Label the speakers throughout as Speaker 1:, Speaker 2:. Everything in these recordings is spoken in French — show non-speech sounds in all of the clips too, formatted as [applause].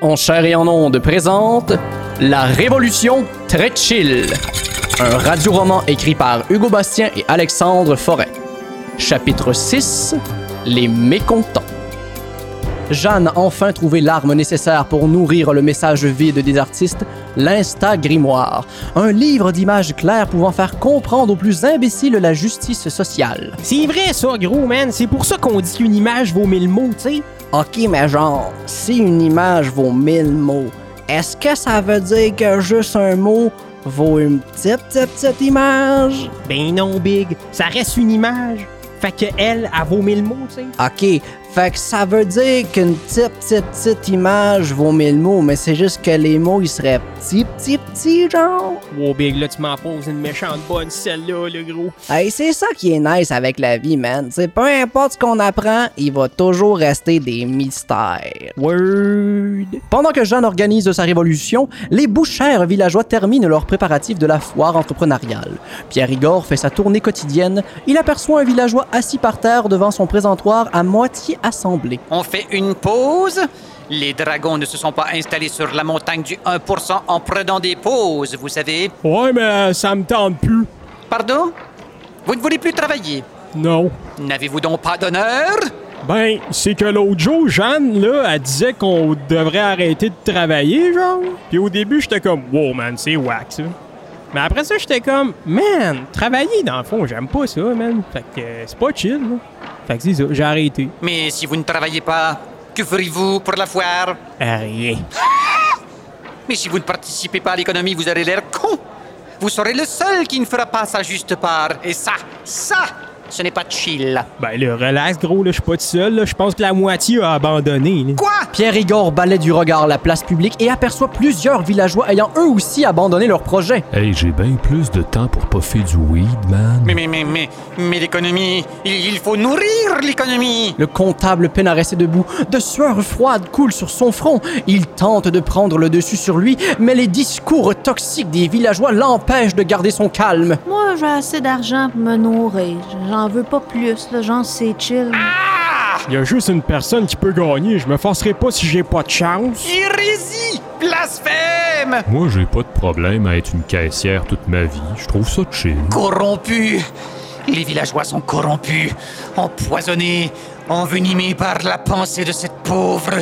Speaker 1: en chair et en ondes présente La Révolution très chill, un radioroman écrit par Hugo Bastien et Alexandre Forêt. Chapitre 6 Les mécontents. Jeanne a enfin trouvé l'arme nécessaire pour nourrir le message vide des artistes, l'Insta Grimoire, un livre d'images claires pouvant faire comprendre aux plus imbéciles la justice sociale.
Speaker 2: C'est vrai ça, gros man. C'est pour ça qu'on dit qu'une image vaut mille mots, tu sais.
Speaker 1: Ok, mais genre, si une image vaut mille mots, est-ce que ça veut dire que juste un mot vaut une petite, petite, petite image?
Speaker 2: Ben non, Big. Ça reste une image. Fait que elle, elle vaut mille mots, tu sais.
Speaker 1: Ok, fait que ça veut dire qu'une petite, petite, petite image vaut mille mots, mais c'est juste que les mots, ils seraient petits, petits, petits, genre.
Speaker 2: Wow, Big, là, tu m'en poses une méchante bonne, celle-là, le gros.
Speaker 1: Hey, c'est ça qui est nice avec la vie, man. C'est peu importe ce qu'on apprend, il va toujours rester des mystères.
Speaker 2: Word.
Speaker 1: Pendant que Jeanne organise sa révolution, les bouchères villageois terminent leurs préparatifs de la foire entrepreneuriale. Pierre Igor fait sa tournée quotidienne. Il aperçoit un villageois assis par terre devant son présentoir à moitié assemblé.
Speaker 3: On fait une pause. Les dragons ne se sont pas installés sur la montagne du 1% en prenant des pauses, vous savez.
Speaker 4: Ouais, mais euh, ça me tente plus.
Speaker 3: Pardon Hein? Vous ne voulez plus travailler.
Speaker 4: Non.
Speaker 3: N'avez-vous donc pas d'honneur
Speaker 4: Ben, c'est que l'autre jour, Jeanne, là, elle disait qu'on devrait arrêter de travailler, genre. Puis au début, j'étais comme, wow, man, c'est whack, ça. Mais après ça, j'étais comme, man, travailler, dans le fond, j'aime pas ça, man. Fait que euh, c'est pas chill, là. Fait que c'est ça, j'ai arrêté.
Speaker 3: Mais si vous ne travaillez pas, que ferez-vous pour la foire
Speaker 4: Ah, rien.
Speaker 3: [laughs] Mais si vous ne participez pas à l'économie, vous aurez l'air con. Vous serez le seul qui ne fera pas sa juste part. Et ça, ça, ce n'est pas chill.
Speaker 4: Ben là, relax, gros, là, je suis pas tout seul, là. Je pense que la moitié a abandonné, là.
Speaker 3: Quoi
Speaker 1: Pierre Igor balaie du regard la place publique et aperçoit plusieurs villageois ayant eux aussi abandonné leur projet.
Speaker 5: Hey, j'ai bien plus de temps pour puffer du weed, man.
Speaker 3: Mais, mais, mais, mais, mais l'économie, il, il faut nourrir l'économie.
Speaker 1: Le comptable peine à rester debout. De sueur froide coule sur son front. Il tente de prendre le dessus sur lui, mais les discours toxiques des villageois l'empêchent de garder son calme.
Speaker 6: Moi, j'ai assez d'argent pour me nourrir. J'en veux pas plus, là. Genre, c'est chill.
Speaker 4: Il y a juste une personne qui peut gagner. Je me forcerai pas si j'ai pas de chance.
Speaker 3: Hérésie Blasphème
Speaker 5: Moi, j'ai pas de problème à être une caissière toute ma vie. Je trouve ça chill.
Speaker 3: Corrompus Les villageois sont corrompus, empoisonnés, envenimés par la pensée de cette pauvre.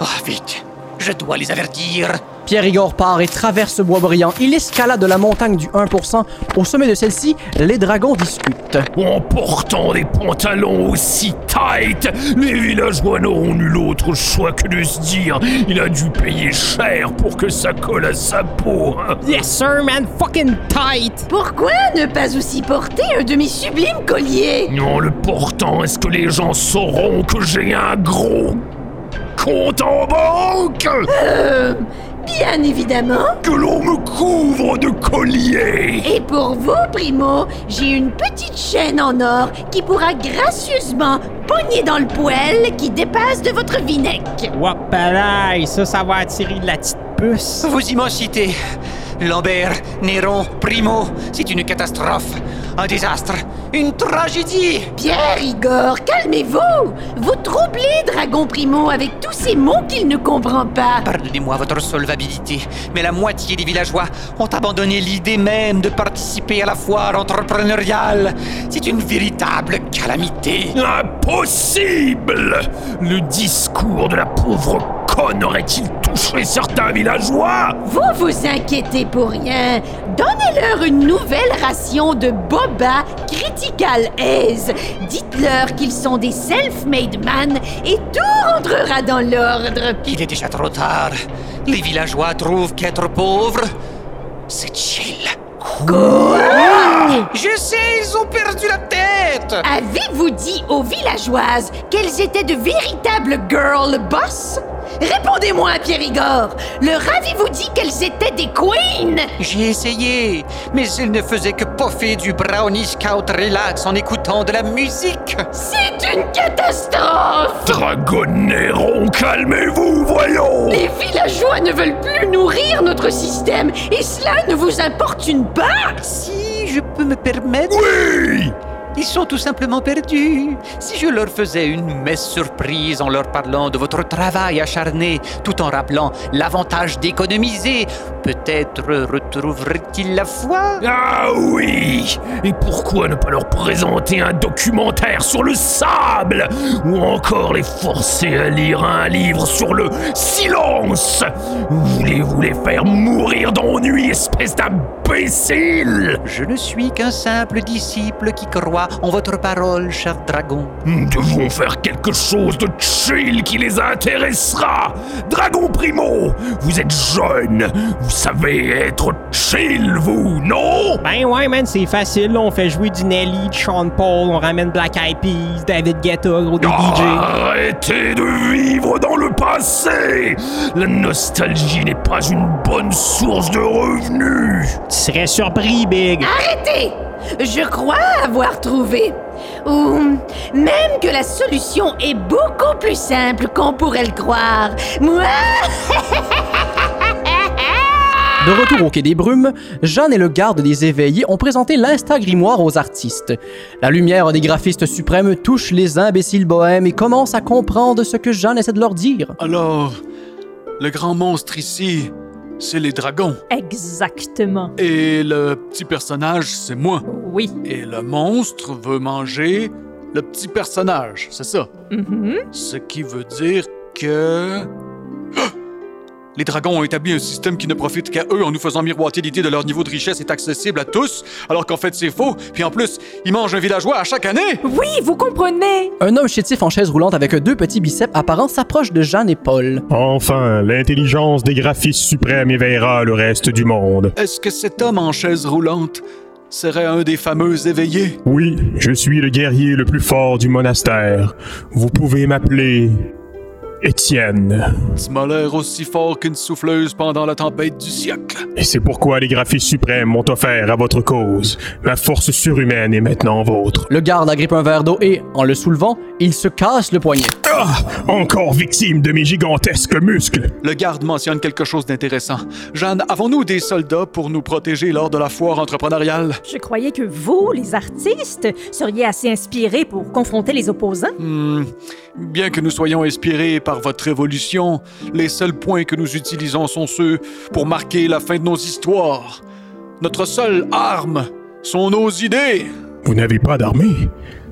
Speaker 3: Ah, vite Je dois les avertir
Speaker 1: Pierre Igor part et traverse Bois Brillant. Il escalade la montagne du 1%. Au sommet de celle-ci, les dragons discutent.
Speaker 5: En portant des pantalons aussi tight, les villageois n'auront nul autre choix que de se dire il a dû payer cher pour que ça colle à sa peau. hein.
Speaker 2: Yes, sir, man, fucking tight.
Speaker 7: Pourquoi ne pas aussi porter un de mes sublimes colliers
Speaker 5: En le portant, est-ce que les gens sauront que j'ai un gros compte en banque
Speaker 7: Euh, Bien évidemment.
Speaker 5: Que l'on me couvre de colliers
Speaker 7: Et pour vous, Primo, j'ai une petite chaîne en or qui pourra gracieusement pogner dans le poêle qui dépasse de votre vinec.
Speaker 2: Wapalaï, ça, ça va attirer de la petite puce.
Speaker 3: Vos immensités Lambert, Néron, Primo, c'est une catastrophe, un désastre, une tragédie
Speaker 7: Pierre, Igor, calmez-vous. Vous troublez Dragon Primo avec tous ces mots qu'il ne comprend pas.
Speaker 3: Pardonnez-moi votre solvabilité, mais la moitié des villageois ont abandonné l'idée même de participer à la foire entrepreneuriale. C'est une véritable calamité.
Speaker 2: Ah,
Speaker 5: Impossible Le discours de la pauvre conne aurait-il touché certains villageois
Speaker 7: Vous vous inquiétez pour rien. Donnez-leur une nouvelle ration de Boba Critical Aise. Dites-leur qu'ils sont des self-made man et tout rentrera dans l'ordre.
Speaker 3: Il est déjà trop tard. Les villageois trouvent qu'être pauvre, c'est chill. Quoi Oh Je sais, ils ont perdu la tête
Speaker 7: Avez-vous dit aux villageoises qu'elles étaient de véritables girl boss Répondez-moi, Pierre Igor. Leur avez-vous dit qu'elles étaient des queens
Speaker 3: J'ai essayé, mais ils ne faisaient que poffer du brownie scout relax en écoutant de la musique.
Speaker 7: C'est une catastrophe
Speaker 5: Dragonéron, calmez-vous, voyons
Speaker 7: Les villageois ne veulent plus nourrir notre système et cela ne vous importune pas
Speaker 3: Si je peux me permettre,
Speaker 5: Oui
Speaker 3: Ils sont tout simplement perdus. Si je leur faisais une messe surprise en leur parlant de votre travail acharné, tout en rappelant l'avantage d'économiser, peut-être retrouveraient-ils la foi
Speaker 5: Ah oui Et pourquoi ne pas leur présenter un documentaire sur le sable Ou encore les forcer à lire un livre sur le silence Voulez-vous les faire mourir d'ennui, espèce d'imbécile
Speaker 3: Je ne suis qu'un simple disciple qui croit en votre parole, cher dragon.
Speaker 5: Nous devons faire quelque chose de chill qui les intéressera Dragon Primo, vous êtes jeune, vous savez être chill, vous, non
Speaker 4: Ben ouais, man, c'est facile. là. On fait jouer du Nelly, du Sean Paul, on ramène Black Eyed Peas, David Guetta, gros des
Speaker 5: Ah,
Speaker 4: DJ.
Speaker 5: Arrêtez de vivre dans le passé La nostalgie n'est pas une bonne source de revenus
Speaker 4: Tu serais surpris, Big.
Speaker 7: Arrêtez Je crois avoir trouvé. Ou même que la solution est beaucoup plus simple qu'on pourrait le croire. Moi
Speaker 1: De retour au Quai des Brumes, Jeanne et le garde des éveillés ont présenté l'insta grimoire aux artistes. La lumière des graphistes suprêmes touche les imbéciles bohèmes et commence à comprendre ce que Jeanne essaie de leur dire.
Speaker 8: Alors, le grand monstre ici, c'est les dragons.
Speaker 9: Exactement.
Speaker 8: Et le petit personnage, c'est moi.
Speaker 9: Oui.
Speaker 8: Et le monstre veut manger le petit personnage, c'est ça.
Speaker 9: Mhm.
Speaker 8: Ce qui veut dire que... Ah! Les dragons ont établi un système qui ne profite qu'à eux en nous faisant miroiter l'idée de leur niveau de richesse est accessible à tous, alors qu'en fait c'est faux, puis en plus, ils mangent un villageois à chaque année!
Speaker 9: Oui, vous comprenez.
Speaker 1: Un homme chétif en chaise roulante avec deux petits biceps apparents s'approche de Jeanne et Paul.
Speaker 10: Oh.
Speaker 11: Enfin, l'intelligence des graphistes suprêmes éveillera le reste du monde.
Speaker 8: Est-ce que cet homme en chaise roulante serait un des fameux éveillés?
Speaker 11: Oui, je suis le guerrier le plus fort du monastère. Vous pouvez m'appeler Étienne.
Speaker 8: Tu m'as l'air aussi fort qu'une souffleuse pendant la tempête du siècle.
Speaker 11: Et c'est pourquoi les graphistes suprêmes m'ont offert à votre cause. Ma force surhumaine est maintenant vôtre.
Speaker 1: Le garde agrippe un verre d'eau et, en le soulevant, il se casse le poignet.
Speaker 11: Ah! Encore victime de mes gigantesques muscles!
Speaker 8: Le garde mentionne quelque chose d'intéressant. Jeanne, avons-nous des soldats pour nous protéger lors de la foire entrepreneuriale?
Speaker 9: Je croyais que vous, les artistes, seriez assez inspirés pour confronter les opposants.
Speaker 8: Hmm, Bien que nous soyons inspirés par votre révolution, les seuls points que nous utilisons sont ceux pour marquer la fin de nos histoires. Notre seule arme sont nos idées.
Speaker 11: Vous n'avez pas d'armée?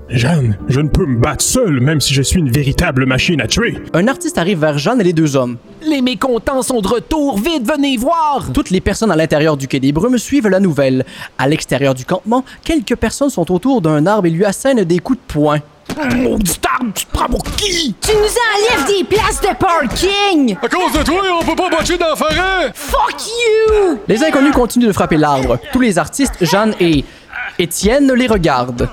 Speaker 11: Jeanne, je ne peux me battre seul, même si je suis une véritable machine à tuer.
Speaker 1: Un artiste arrive vers Jeanne et les deux hommes.
Speaker 10: Les mécontents sont de retour, vite venez voir
Speaker 1: Toutes les personnes à l'intérieur du Quai des Brumes suivent la nouvelle. À l'extérieur du campement, quelques personnes sont autour d'un arbre et lui assènent des coups de poing.
Speaker 5: Mon arbre, tu te prends pour qui
Speaker 7: [laughs] Tu nous enlèves des places de parking
Speaker 8: À cause de toi, on peut pas botcher dans la forêt.
Speaker 7: Fuck you
Speaker 1: Les inconnus continuent de frapper l'arbre. Tous les artistes, Jeanne et Étienne, les regardent.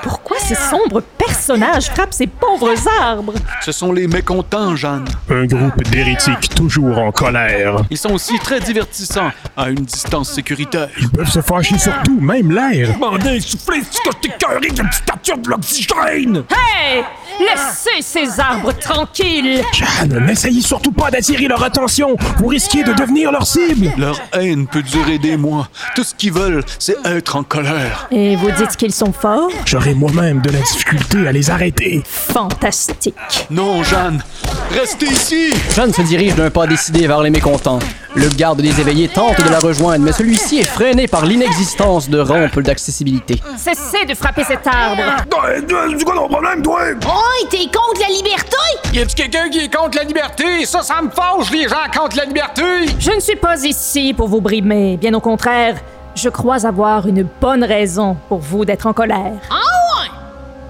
Speaker 9: Pourquoi ces sombres personnages frappent ces pauvres arbres?
Speaker 8: Ce sont les mécontents, Jeanne.
Speaker 11: Un groupe d'hérétiques toujours en colère.
Speaker 8: Ils sont aussi très divertissants à une distance sécuritaire.
Speaker 11: Ils peuvent se fâcher sur tout, même l'air.
Speaker 5: Demandez, soufflez, c'est que je t'écœuré de la dictature de l'oxygène
Speaker 9: Hey! Laissez ces arbres tranquilles!
Speaker 11: Jeanne, Ah, n'essayez surtout pas d'attirer leur attention. Vous risquez de devenir leur cible.
Speaker 8: Leur haine peut durer des mois. Tout ce qu'ils veulent, c'est être en colère.
Speaker 9: Et vous dites qu'ils sont forts?
Speaker 11: J'aurai moi-même de la difficulté à les arrêter.
Speaker 9: Fantastique.
Speaker 8: Non, Jeanne, restez ici.
Speaker 1: Jeanne se dirige d'un pas décidé vers les mécontents. Le garde des éveillés tente de la rejoindre, mais celui-ci est freiné par l'inexistence de rampes d'accessibilité.
Speaker 9: Cessez de frapper cet
Speaker 8: Ah,
Speaker 9: arbre!
Speaker 7: Ah.
Speaker 8: euh,
Speaker 5: C'est quoi ton problème, toi
Speaker 7: Oh, t'es contre la liberté
Speaker 3: Y a-t-il quelqu'un qui est contre la liberté Ça, ça me fâche, les gens contre la liberté
Speaker 9: Je ne suis pas ici pour vous brimer, bien au contraire. Je crois avoir une bonne raison pour vous d'être en colère.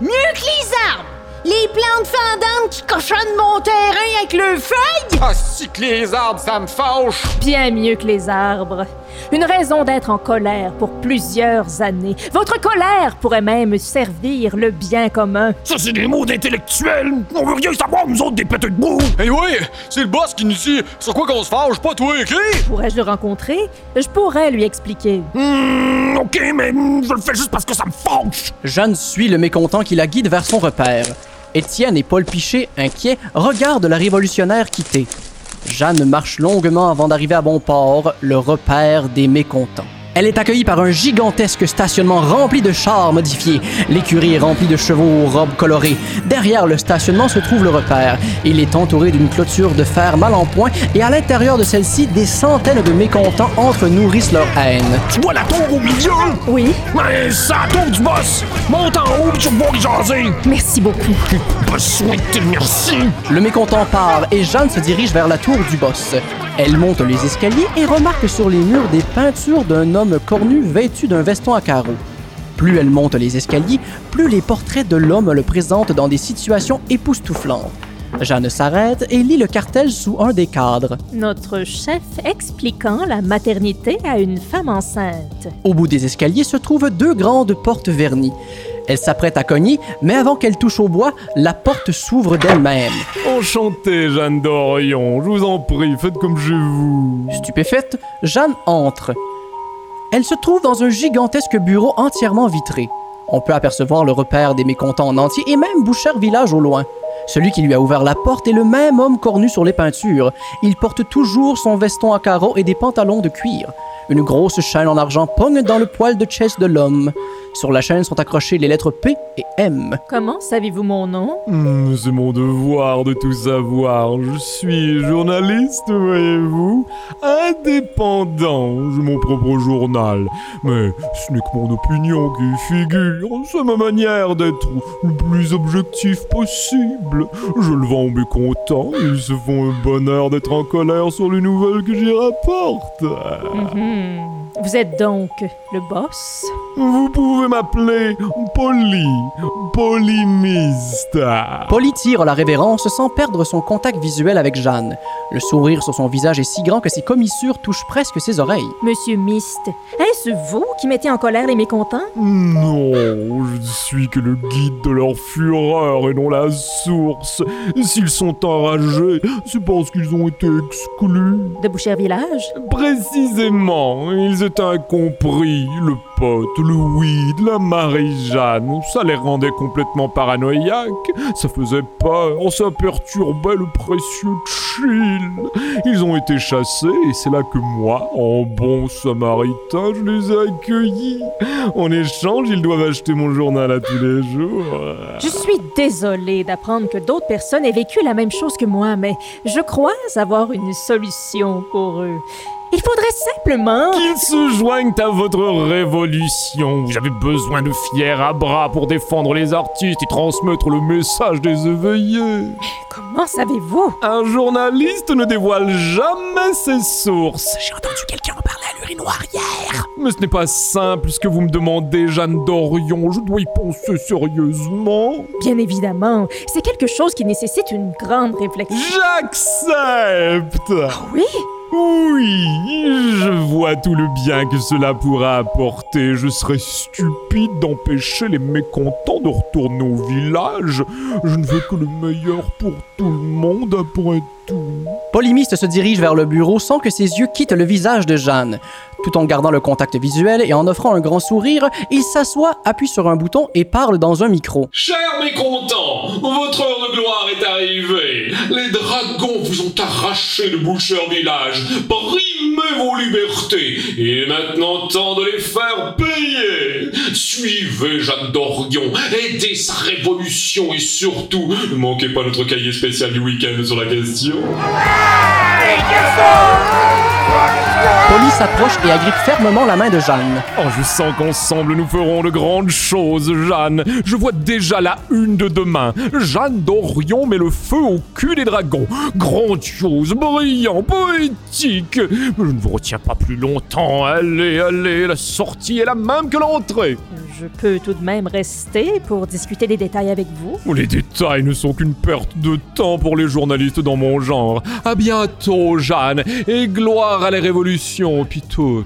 Speaker 7: Mieux que les arbres Les plantes fendantes qui cochonnent mon terrain avec le feuille
Speaker 3: Ah, si que les arbres, ça me fâche
Speaker 9: Bien mieux que les arbres. Une raison d'être en colère pour plusieurs années. Votre colère pourrait même servir le bien commun.
Speaker 5: Ça, c'est des mots d'intellectuels On veut rien savoir, nous autres, des péteux de boue
Speaker 8: Eh oui, c'est le boss qui nous dit sur quoi qu'on se fâche, pas toi, ok?
Speaker 9: Pourrais-je le rencontrer? Je pourrais lui expliquer.
Speaker 5: Hmm, ok, mais hmm, je le fais juste parce que ça me fâche
Speaker 1: Jeanne suit le mécontent qui la guide vers son repère. Étienne et Paul Piché, inquiets, regardent la révolutionnaire quitter. Jeanne marche longuement avant d'arriver à bon port, le repère des mécontents. Elle est accueillie par un gigantesque stationnement rempli de chars modifiés. L'écurie est remplie de chevaux aux robes colorées. Derrière le stationnement se trouve le repère. Il est entouré d'une clôture de fer mal en point et à l'intérieur de celle-ci, des centaines de mécontents entre nourrissent leur haine.
Speaker 5: Tu vois la tour au milieu?
Speaker 9: Oui.
Speaker 5: Ben, c'est la tour du boss! Monte en haut pis tu vas les jaser!
Speaker 9: Merci beaucoup.
Speaker 5: Pas soin de te merci!
Speaker 1: Le mécontent part et Jeanne se dirige vers la tour du boss. Elle monte les escaliers et remarque sur les murs des peintures d'un homme cornu vêtu d'un veston à carreaux. Plus elle monte les escaliers, plus les portraits de l'homme le présentent dans des situations époustouflantes. Jeanne s'arrête et lit le cartel sous un des cadres.
Speaker 9: Notre chef expliquant la maternité à une femme enceinte.
Speaker 1: Au bout des escaliers se trouvent deux grandes portes vernies. Elle s'apprête à cogner, mais avant qu'elle touche au bois, la porte s'ouvre d'elle-même.
Speaker 12: Enchantée, Jeanne d'Orion. Je vous en prie, faites comme je vous.
Speaker 1: Stupéfaite, Jeanne entre. Elle se trouve dans un gigantesque bureau entièrement vitré. On peut apercevoir le repère des mécontents en entier et même Bouchard Village au loin. Celui qui lui a ouvert la porte est le même homme cornu sur les peintures. Il porte toujours son veston à carreaux et des pantalons de cuir. Une grosse chaîne en argent pogne dans le poil de chaise de l'homme. Sur la chaîne sont accrochées les lettres P et M.
Speaker 9: Comment savez-vous mon nom?
Speaker 12: Hmm, c'est mon devoir de tout savoir. Je suis journaliste, voyez-vous. Indépendant. J'ai mon propre journal. Mais ce n'est que mon opinion qui y figure. C'est ma manière d'être le plus objectif possible. Je le vends aux mécontents. Ils se font un bonheur d'être en colère sur les nouvelles que j'y rapporte.
Speaker 9: Mhm. Vous êtes donc le boss?
Speaker 12: Vous pouvez m'appeler Polly, polémiste.
Speaker 1: Polly tire la révérence sans perdre son contact visuel avec Jeanne. Le sourire sur son visage est si grand que ses commissures touchent presque ses oreilles.
Speaker 9: Monsieur Mist, est-ce vous qui mettez en colère les mécontents?
Speaker 12: Non, je ne suis que le guide de leur fureur et non la source. S'ils sont enragés, c'est parce qu'ils ont été exclus.
Speaker 9: De Boucher Village?
Speaker 12: Précisément, ils étaient incompris. Le pote, le weed, la Marie-Jeanne, ça les rendait complètement paranoïaques. Ça faisait peur, ça perturbait le précieux chill. Ils ont été chassés et c'est là que moi, en bon samaritain, je les ai accueillis. En échange, ils doivent acheter mon journal à tous les jours.
Speaker 9: Je suis désolée d'apprendre que d'autres personnes aient vécu la même chose que moi, mais je crois avoir une solution pour eux. Il faudrait simplement...
Speaker 12: Qu'ils se joignent à votre révolution. Vous avez besoin de fiers à bras pour défendre les artistes et transmettre le message des éveillés.
Speaker 9: Comment savez-vous
Speaker 12: Un journaliste ne dévoile jamais ses sources. J'ai entendu
Speaker 10: quelqu'un en parler à l'urinoir hier.
Speaker 12: Mais ce n'est pas simple ce que vous me demandez, Jeanne d'Orion. Je dois y penser sérieusement.
Speaker 9: Bien évidemment, c'est quelque chose qui nécessite une grande réflexion. Ah
Speaker 12: J'accepte
Speaker 9: Oui
Speaker 12: Oui, je vois tout le bien que cela pourra apporter. Je serais stupide d'empêcher les mécontents de retourner au village. Je ne veux que le meilleur pour tout le monde après tout.
Speaker 1: Polymiste se dirige vers le bureau sans que ses yeux quittent le visage de Jeanne. Tout en gardant le contact visuel et en offrant un grand sourire, il s'assoit, appuie sur un bouton et parle dans un micro.
Speaker 13: Chers mécontents, votre heure de gloire est arrivée. Les dragons vous ont arraché le boucheur village, brimé vos libertés. Il est maintenant temps de les faire payer. Suivez Jeanne d'Orion, aidez sa révolution et surtout, ne manquez pas notre cahier spécial du week-end sur la question.
Speaker 1: Polly s'approche et agrippe fermement la main de Jeanne.
Speaker 12: Oh, je sens qu'ensemble nous ferons de grandes choses, Jeanne. Je vois déjà la une de demain. Jeanne d'Orion met le feu au cul des dragons. Grandiose, brillant, poétique. Je ne vous retiens pas plus longtemps. Allez, allez, la sortie est la même que l'entrée.
Speaker 9: Je peux tout de même rester pour discuter des détails avec vous.
Speaker 12: Les détails ne sont qu'une perte de temps pour les journalistes dans mon genre. À bientôt, Jeanne, et gloire à la révolution, pito.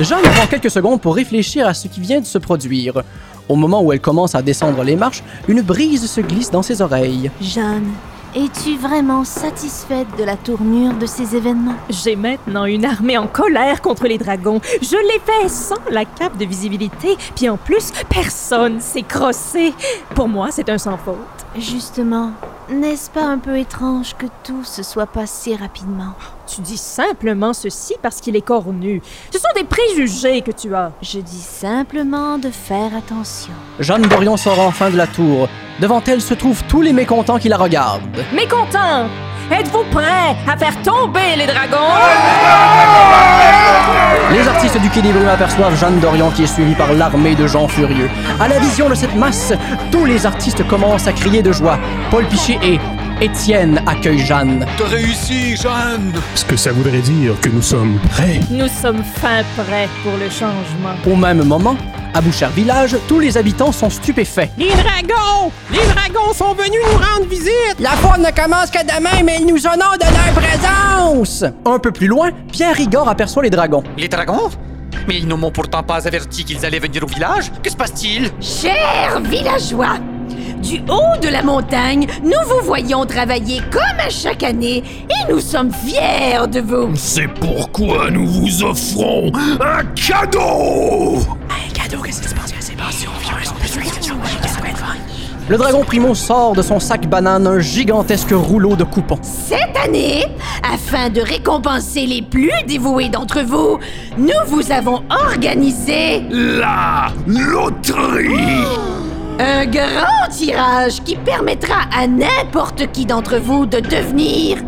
Speaker 1: Jeanne prend quelques secondes pour réfléchir à ce qui vient de se produire. Au moment où elle commence à descendre les marches, une brise se glisse dans ses oreilles.
Speaker 6: Jeanne, es-tu vraiment satisfaite de la tournure de ces événements?
Speaker 9: J'ai maintenant une armée en colère contre les dragons. Je l'ai fait sans la cape de visibilité, puis en plus, personne s'est crossé. Pour moi, c'est un sans faute.
Speaker 6: Justement, N'est-ce pas un peu étrange que tout se soit passé rapidement
Speaker 9: Tu dis simplement ceci parce qu'il est cornu. Ce sont des préjugés que tu as.
Speaker 6: Je dis simplement de faire attention.
Speaker 1: Jeanne Dorion sort enfin de la tour. Devant elle se trouvent tous les mécontents qui la regardent.
Speaker 9: Mécontents, êtes-vous prêts à faire tomber les dragons
Speaker 1: Les artistes du Quai des Brumes aperçoivent Jeanne Dorion qui est suivie par l'armée de gens furieux. À la vision de cette masse, tous les artistes commencent à crier de joie. Paul Piché et Étienne accueillent Jeanne.
Speaker 8: T'as réussi, Jeanne!
Speaker 11: Ce que ça voudrait dire que nous sommes prêts.
Speaker 9: Nous sommes fin prêts pour le changement.
Speaker 1: Au même moment, à Bouchard Village, tous les habitants sont stupéfaits.
Speaker 2: Les dragons! Les dragons sont venus nous rendre visite!
Speaker 14: La foire ne commence que demain, mais ils nous honorent de leur présence!
Speaker 1: Un peu plus loin, Pierre Rigor aperçoit les dragons.
Speaker 3: Les dragons Mais ils ne m'ont pourtant pas averti qu'ils allaient venir au village. Que se passe-t-il
Speaker 7: Chers villageois, du haut de la montagne, nous vous voyons travailler comme à chaque année et nous sommes fiers de vous.
Speaker 5: C'est pourquoi nous vous offrons un cadeau
Speaker 10: Un cadeau, qu'est-ce qui se passe? Qu'est-ce qui se passe?
Speaker 1: Le dragon Primo sort de son sac banane un gigantesque rouleau de coupons.
Speaker 7: Cette année, afin de récompenser les plus dévoués d'entre vous, nous vous avons organisé
Speaker 5: La loterie
Speaker 7: un grand tirage qui permettra à n'importe qui d'entre vous de devenir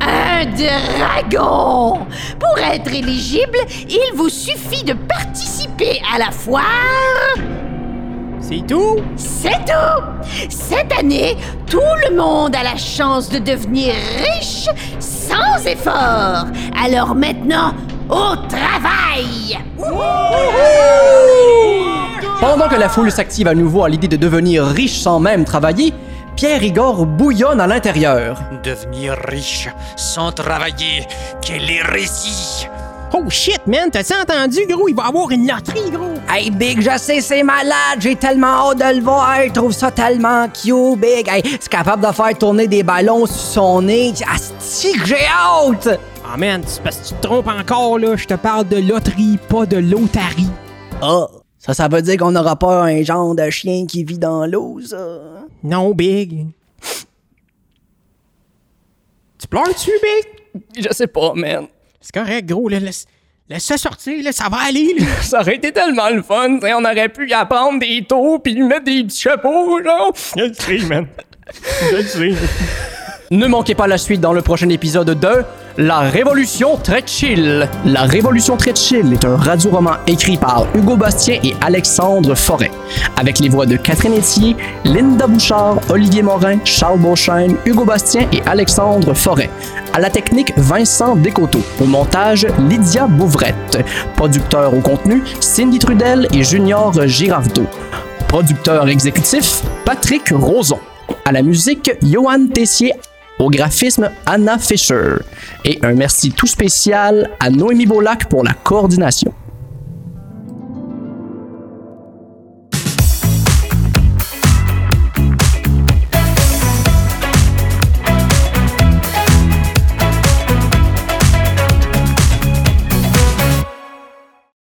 Speaker 7: un dragon. Pour être éligible, il vous suffit de participer à la foire.
Speaker 2: C'est tout
Speaker 7: C'est tout Cette année, tout le monde a la chance de devenir riche sans effort. Alors maintenant, au travail
Speaker 1: Pendant que la foule s'active à nouveau à l'idée de devenir riche sans même travailler, Pierre Igor bouillonne à l'intérieur.
Speaker 3: Devenir riche sans travailler, quel hérésie
Speaker 2: Oh shit, man, t'as ça entendu, gros? Il va avoir une loterie, gros!
Speaker 14: Hey, Big, je sais, c'est malade. J'ai tellement hâte de le voir. Je trouve ça tellement cute, Big. Hey, c'est capable de faire tourner des ballons sur son nez. Asti que j'ai hâte!
Speaker 2: Ah, man, c'est parce que tu te trompes encore, là. Je te parle de loterie, pas de lotarie.
Speaker 14: Ah, ça, ça veut dire qu'on n'aura pas un genre de chien qui vit dans l'eau, ça?
Speaker 2: Non, Big. tu pleures-tu, Big?
Speaker 1: Je sais pas, man.
Speaker 2: C'est correct, gros. Là, laisse, laisse ça sortir, là, ça va aller. Là.
Speaker 1: [laughs] Ça aurait été tellement le fun. t'sais, On aurait pu y apprendre des taux puis lui mettre des petits chapeaux, genre.
Speaker 4: Je le crie, man. Je le crie.
Speaker 1: Ne manquez pas la suite dans le prochain épisode de La Révolution très chill. La Révolution très chill est un radio-roman écrit par Hugo Bastien et Alexandre Forêt, avec les voix de Catherine Etier, Linda Bouchard, Olivier Morin, Charles Beauchesne, Hugo Bastien et Alexandre Forêt. À la technique, Vincent Descoteaux. Au montage, Lydia Bouvrette. Producteur au contenu, Cindy Trudel et Junior Girardeau. Producteur exécutif, Patrick Roson. À la musique, Johan Tessier au graphisme Anna Fischer. Et un merci tout spécial à Noémie Bolac pour la coordination.